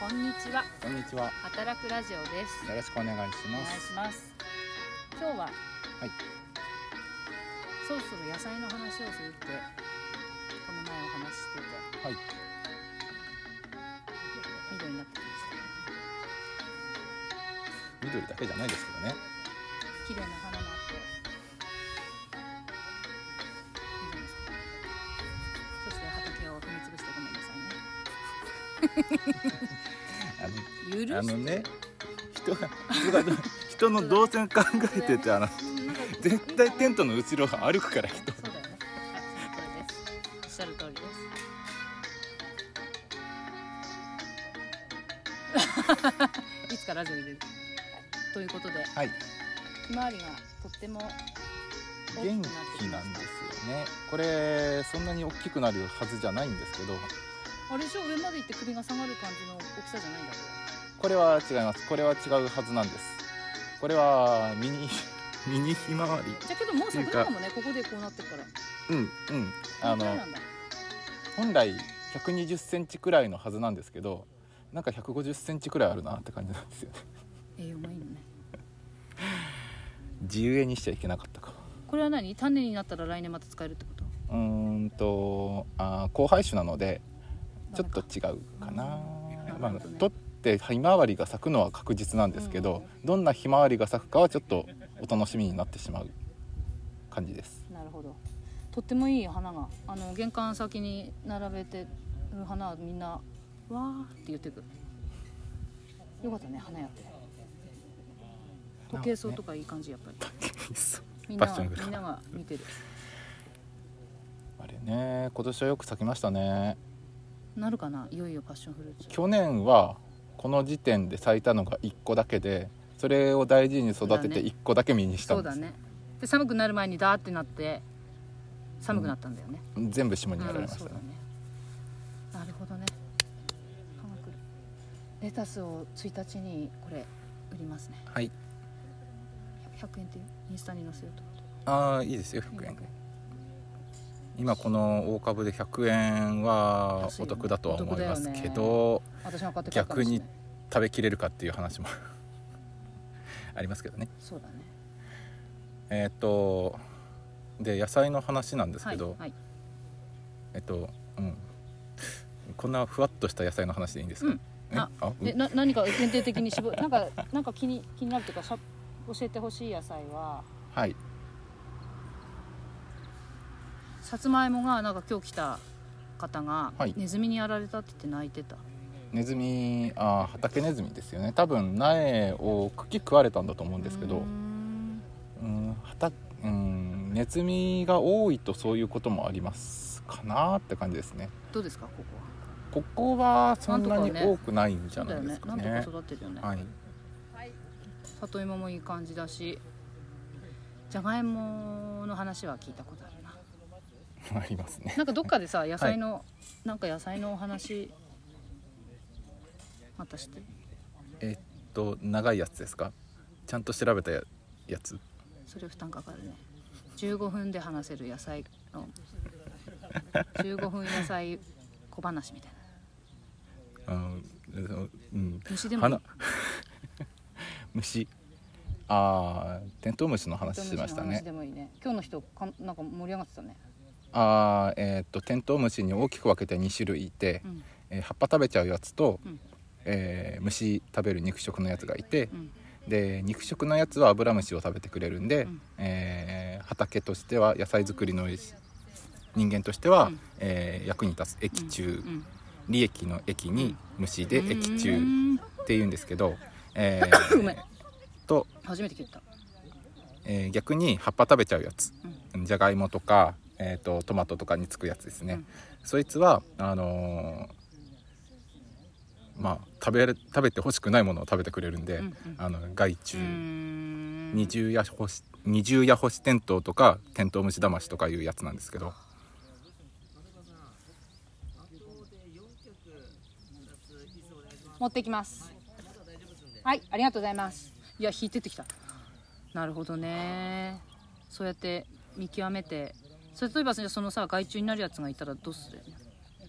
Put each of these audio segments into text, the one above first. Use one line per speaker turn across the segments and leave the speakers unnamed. こんにちは
こんにちは。
働くラジオです
よろしくお願いし
お
ま
願い
す。
します今日は、
はい
そろそろ野菜の話をするってこの前お話ししてて
はい。
緑になってきまし
緑だけじゃないですけどね。
た綺麗な花もあっていいじゃないですかそして畑を踏み潰してごめん
あ
なさいね許して
の、あのね、人が、人が、人の動線考えてて、あの、
うんなんか
絶対テントの後ろ歩くから人。
そうだよね。はい、その通りです。 おっしゃる通りです。いつかラジオ入れる。ということで、
はい。
ひまわりがとっても大きく
元
なって
気
きま
なん
し
ですよね。これ、そんなに大きくなるはずじゃないんですけど。
た。あれでしょ上まで行って首が下がる感じの大きさじゃないんだ。
これは違います。これは違うはずなんです。これは、ミニ、ミニひまわり。
じゃけどもう
ってい
桜
うか
かもねここでこうなってるから。
うん、うん。あ
これ
の
くらいな、んだ
本来120センチくらいのはずなんですけど。なんか150センチくらいあるなって感じなんですよね。
栄養がいいのね。
自由にしちゃいけなかったか
これは何種になったら来年また使えるってこと。
うーんとあー交配種なのでちょっと違うかな
う
ま
んなる
あ
ほどね
取ってひまわりが咲くのは確実なんですけ
うん
ど、どんなひまわりが咲くかはちょっとお楽しみになってしまう感じ です
なるほどとってもいい花があの玄関先に並べてる花はみんな「わー」って言ってくよかったね花屋って時計草とかいい感じやっぱりみんな
パッションフラワ
み
ー
んなが見てる
あれね今年はよく咲きましたね
なるかないよいよパッションフルーツ
去年はこの時点で咲いたのが1個だけでそれを大事に育
そう
て
だね
て1個だけ実にした
そうん
で
だ
す、
ねで寒くなる前にダーってなって寒くなったんだよね、
全部霜
うん
にやられまし
そ
た
うだ
ね
ねなるほどね葉が来るレタスを1日にこれ売りますね
はい
100円っていうインスタに載せようと思って
ああいいですよ100円今この大株で100円はお得だとは思いますけど、
私が買ってくるかもしれない
逆食べきれるかっていう話も ありますけどね
そうだね
えっ、とで野菜の話なんですけど、
はい、はい、
えっとうんこんなふわっとした野菜の話でいいんですか、
うん
え
あ
うん
でな何か限定的に絞るなんかなんか気に気になるというかしゃ教えてほしい野菜は
はい
さつまいもがなんか今日来た方が、
はい
ネズミにやられたって言って泣いてた
ネズミあー畑ネズミですよね多分苗を茎食われたんだと思うんですけど、
うーん
うんはたうんネズミが多いとそういうこともありますかなって感じですね
どうですかここは
ここはそんなに
なんとかね
多くないんじ
そ
ゃ
うだ
な
よ
いで
ね
すか
なん
ね
とか育ってるよね、
はい
里芋もいい感じだしじゃがいもの話は聞いたことある な
ありますね
なんかどっかでさ野菜の、なんか野菜のお話またして
えっと長いやつですかちゃんと調べたややつ
それ負担かかるね15分で話せる野菜の15分野菜 小話みたいな
うん、うん、
虫でもいい
花 虫あーテントウムシの話しました
虫の話
ね
でもいいね今日の人かんなんか盛り上がってたね、
あーえっとテントウムシに大きく分けて2種類いて、
うん
えー葉っぱ食べちゃうやつと、
うん
えー虫食べる肉食のやつがいて
う、ん、
で肉食のやつはアブラムシを食べてくれるんで、
うん
えー畑としては野菜作りの人間としては、
うん
えー役に立つ益虫、
うん
利益の益に虫で益虫
う
っ
ん
ていうんですけど、えー
ごめん
と、
初めて聞いた、
えー逆に葉っぱ食べちゃうやつ
うん
じゃがいもとか、えー、とトマトとかにつくやつですね、
うん
そいつはあのーまあ食べれ食べてほしくないものを食べてくれるんで、
うんうん
あの害虫、
うーん
二重や星二重や星テントウとかテントウムシダマシとかいうやつなんですけど
持ってきますはいありがとうございますいや引いてってきたなるほどねそうやって見極めてそれ例えばそのさ害虫になるやつがいたらどうする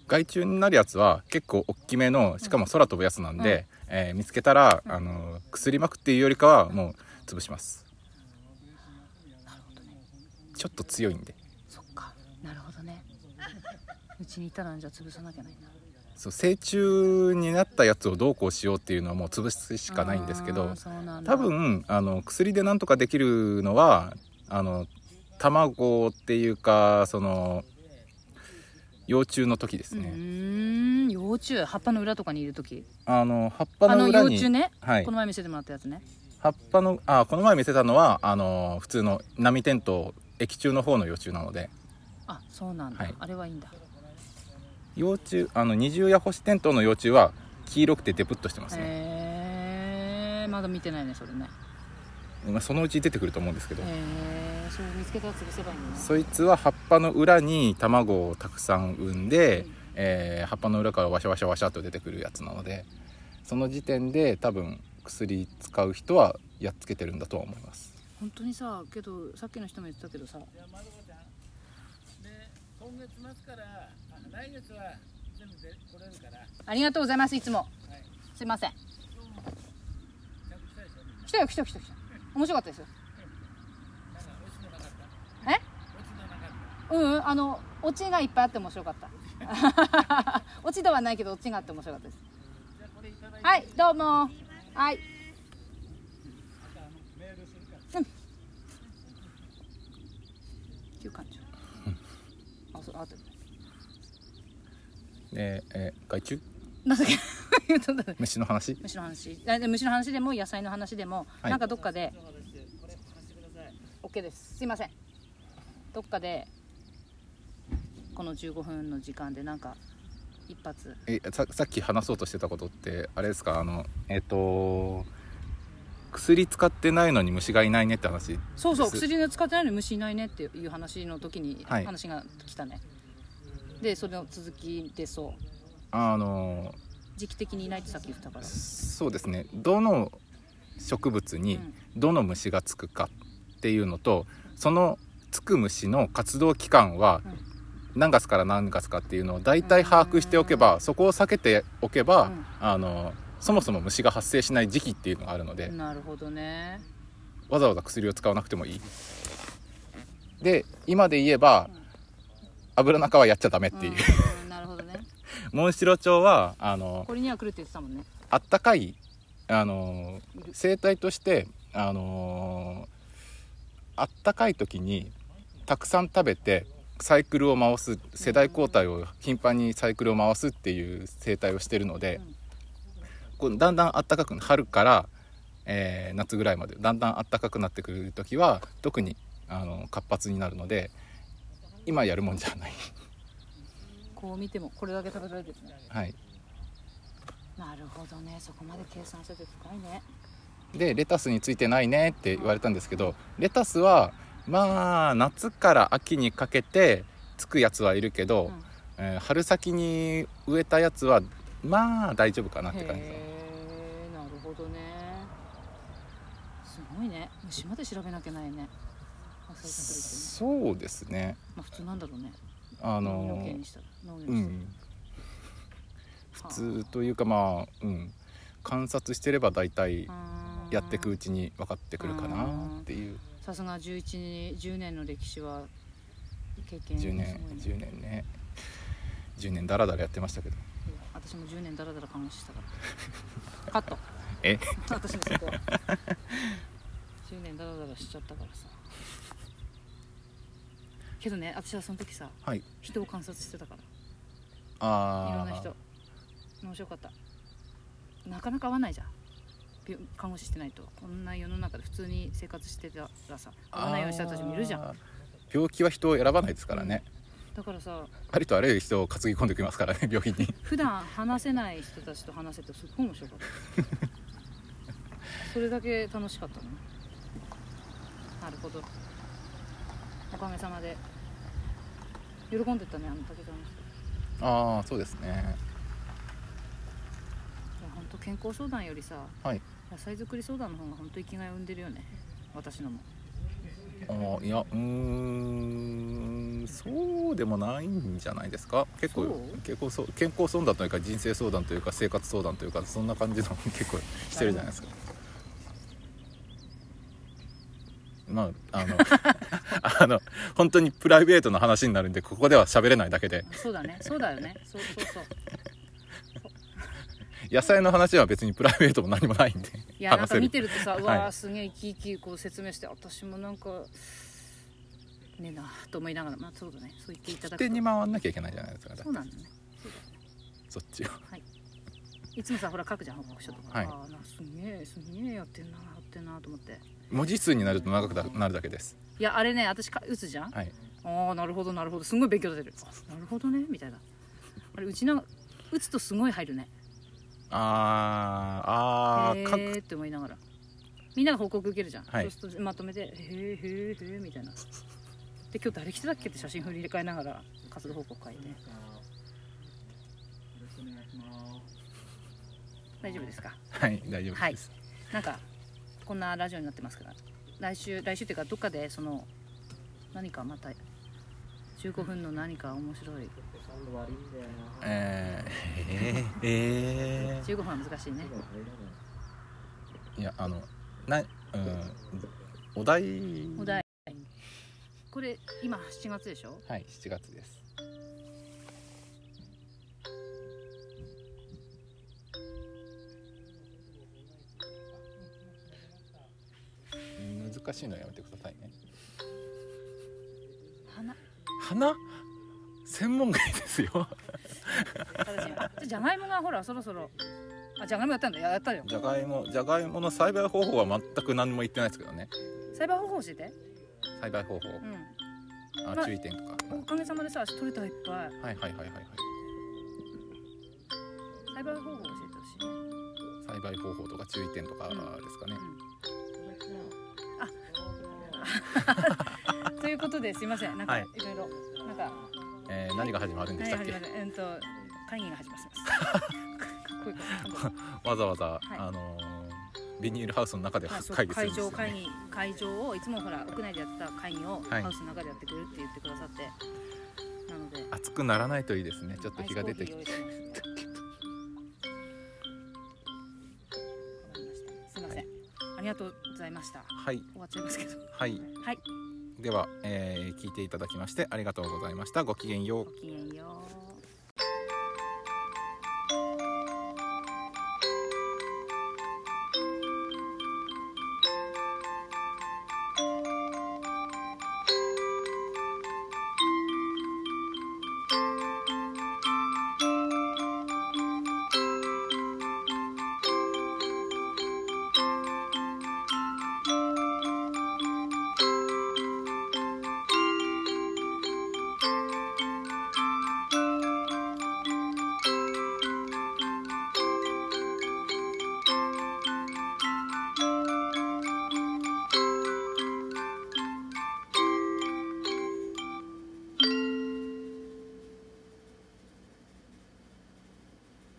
害虫になるやつは結構大きめのしかも空飛ぶやつなんで、えー見つけたら、あの薬まくっていうよりかはもう潰します
なるほどね
ちょっと強いんで
そっかなるほどねうちにいたらじゃあ潰さなきゃないな
そう成虫になったやつをどうこうしようっていうのはもう潰すしかないんですけ
あ
ど
ーそうなんだ
多分あの薬でなんとかできるのはあの卵っていうかその幼虫の時です
う
ね、
ーん幼虫葉っぱの裏とかにいる時
あの葉っぱ
あ
の
の
裏
幼
に
虫ね、
はい
この前見せてもらったやつね
葉っぱのあこの前見せたのはあの普通の波テント液中の方の幼虫なので
あそうなんだ、
はい
あれはいいんだ
幼虫あの二重や星テントの幼虫は黄色くてデプッとしてますね、
へえまだ見てないねそれね
まあそのうち出てくると思うんですけど、
へえそう見つけたら潰せばいいのね
そいつは葉っぱの裏に卵をたくさん産んで、
うん
えー葉っぱの裏からワシャワシャワシャっと出てくるやつなのでその時点で多分薬使う人はやっつけてるんだとは思います
本当にさけどさっきの人も言ってたけどさ
で今月末からあ来月は全部で来れるから
ありがとうございますいつも、すいません
ちゃんと来たでしょみんな
来たよ来たよ来たよ来たよ面白かったですよ
なんか落ちのなかった
え
落ちのなかった
うんうんあのオチがいっぱいあって面白 かった オチではないけどオチがあって面白かったです
じゃあこれいただいて
はいどうもはい
メールするから
っていう感じあそうあと
で、えー害虫
なぜか言うとんだね
虫の話
虫の話あで虫の話でも野菜の話でも、
はい
なんかどっかで
これ貸してください
OK ですすいませんどっかでこの15分の時間でなんか一発
えささっき話そうとしてたことってあれですかあのえっ、と薬使ってないのに虫がいないねって話
そうそう
です
薬の使ってないのに虫いないねっていう話の時に
はい
話が来たね、でそれの続きでそう
あの
時期的にいないってさっき言ったから、
そうですねどの植物に
うん
どの虫がつくかっていうのとそのつく虫の活動期間は
うん
何月から何月かっていうのを大体把握しておけばそこを避けておけば、
うん
あのそもそも虫が発生しない時期っていうのがあるので、
なるほどね
わざわざ薬を使わなくてもいいで今で言えば
うん
油中はやっちゃダメっていう、
うんなるほどね
モンシロチョウはあの
これには来るって言ってたもんね
あったかいあの
いる
生態としてあのあったかい時にたくさん食べてサイクルを回す世代交代を頻繁にサイクルを回すっていう生態をしてるので
うん
こうだんだんあったかく春から、えー夏ぐらいまでだんだんあったかくなってくる時は特にあの活発になるので今やるもんじゃない、
こう見てもこれだけ食べられてるね
はい、
なるほどねそこまで計算してて深いね
でレタスについてないねって言われたんですけどレタスはまあ夏から秋にかけてつくやつはいるけど、
うん
えー春先に植えたやつはまあ大丈夫かなって感じ
へえなるほどねすごいね虫まで調べなきゃないね野菜作る
そ
ってね
うですね
まあ普通なんだろうね
あ
農
の
業系にしたら農業
う
にしたら、
ん
普
普通というかまあうん観察してれば大体やってくうちに分かってくるかなっていう
さすが11 10年の歴史は経験
10
す
年
ごいね
10年ね10年だらだらやってましたけど
私も10年だらだら話してたか らカット
え
私の そこは10年だらだらしちゃったからさけどね私はその時さ
はい
人を観察してたからいろ
あ
ん
あ
な人面白かったなかなか会わないじゃん病看護師してないとこんな世の中で普通に生活してたらさ会わないようにした人たちもいるじゃん
あー病気は人を選ばないですからね、
だからさ
ありとあらゆる人を担ぎ込んできますからね病 院に
普段話せない人たちと話せてすっごい面白かった それだけ楽しかったのねなるほどおかげさまで喜んでたねあの竹ちゃんの人い
ああそうですね
や本当健康相談よりさ
はい
野菜作り相談の方が本当生きがいを生んでるよね私のも
あーいやうーんそうでもないんじゃないですか結構
そう
結構そう健康相談というか人生相談というか生活相談というかそんな感じの 結構してるじゃないですかまあ あのあの本当にプライベートの話になるんでここでは喋れないだけで
そう だねそうだよねそうそうそう
野菜の話は別にプライベートも何もないんで
いやなん
話
か
せ
見
る
てるとさ、
はいう
わーすげえ生き生きこう説明して私もなんかねえなあと思いながらまあそうだねそう言っていただ
起
く
点に
と
回んなきゃいけないじゃないですか
そうなんだね
そっちを
いつもさほら書くじゃん報告書とか、
はい
ああなすげえすげえやってんなやってんなと思って
文字数になると長くだなるだけです
いやあれね私か打つじゃん
はい
ああなるほどなるほどすんごい勉強出てるあなるほどねみたいなあれうちの打つとすごい入るね
あーあ
へ
ーか
えって思いながらみんなが報告受けるじゃん、
はい
そうするとまとめて「へえへえへえ」みたいなで今日誰来てたっけって写真振り替えながら活動報告書いて大丈夫ですか
はい大丈夫
はい
です、
なんかこんなラジオになってますから来週来週っていうかどっかでその何かまた15分の何か面白い
えー、え
15分は難しいね
ー、いやあのなうんお題
お題これ今7月でしょ
はい7月です難しいのやめてくださいね
花
花専門外ですよ
私あじゃがいもがほらそろそろあじゃがいもやったんだややったよ
じゃがいもじゃがいもの栽培方法は全く何も言ってないですけどね
栽培方法教えて
栽培方法、
う
あ
まあ
注意点とか、
んおかげさまでさ取れたいっぱい
はいはいはいはいはい
栽培方法教えてほしいね
栽培方法とか注意点とかですかね、
うん ということですいませんなんか
はい
いろいろ、なんか
えー何が始まるんで
は
し
い
たっ
始
け、
まるうんと会議が始まります かっこいいかっこ
わざわざ、
い
あのービニールハウスの中で
いいあそう
会議するん
会
ですよ、ね、
場会議会場をいつもほら屋内でやってた会議を
はい
ハウスの中でやってくれるって言ってくださって、なので
暑くならないといいですねちょっと日が出てきて
アイスコーヒー用意してますすいません、ありがとうございました
はい
終わっちゃいますけど
はい
はい
では、えー聞いていただきましてありがとうございましたごきげんよう
ごきげんよう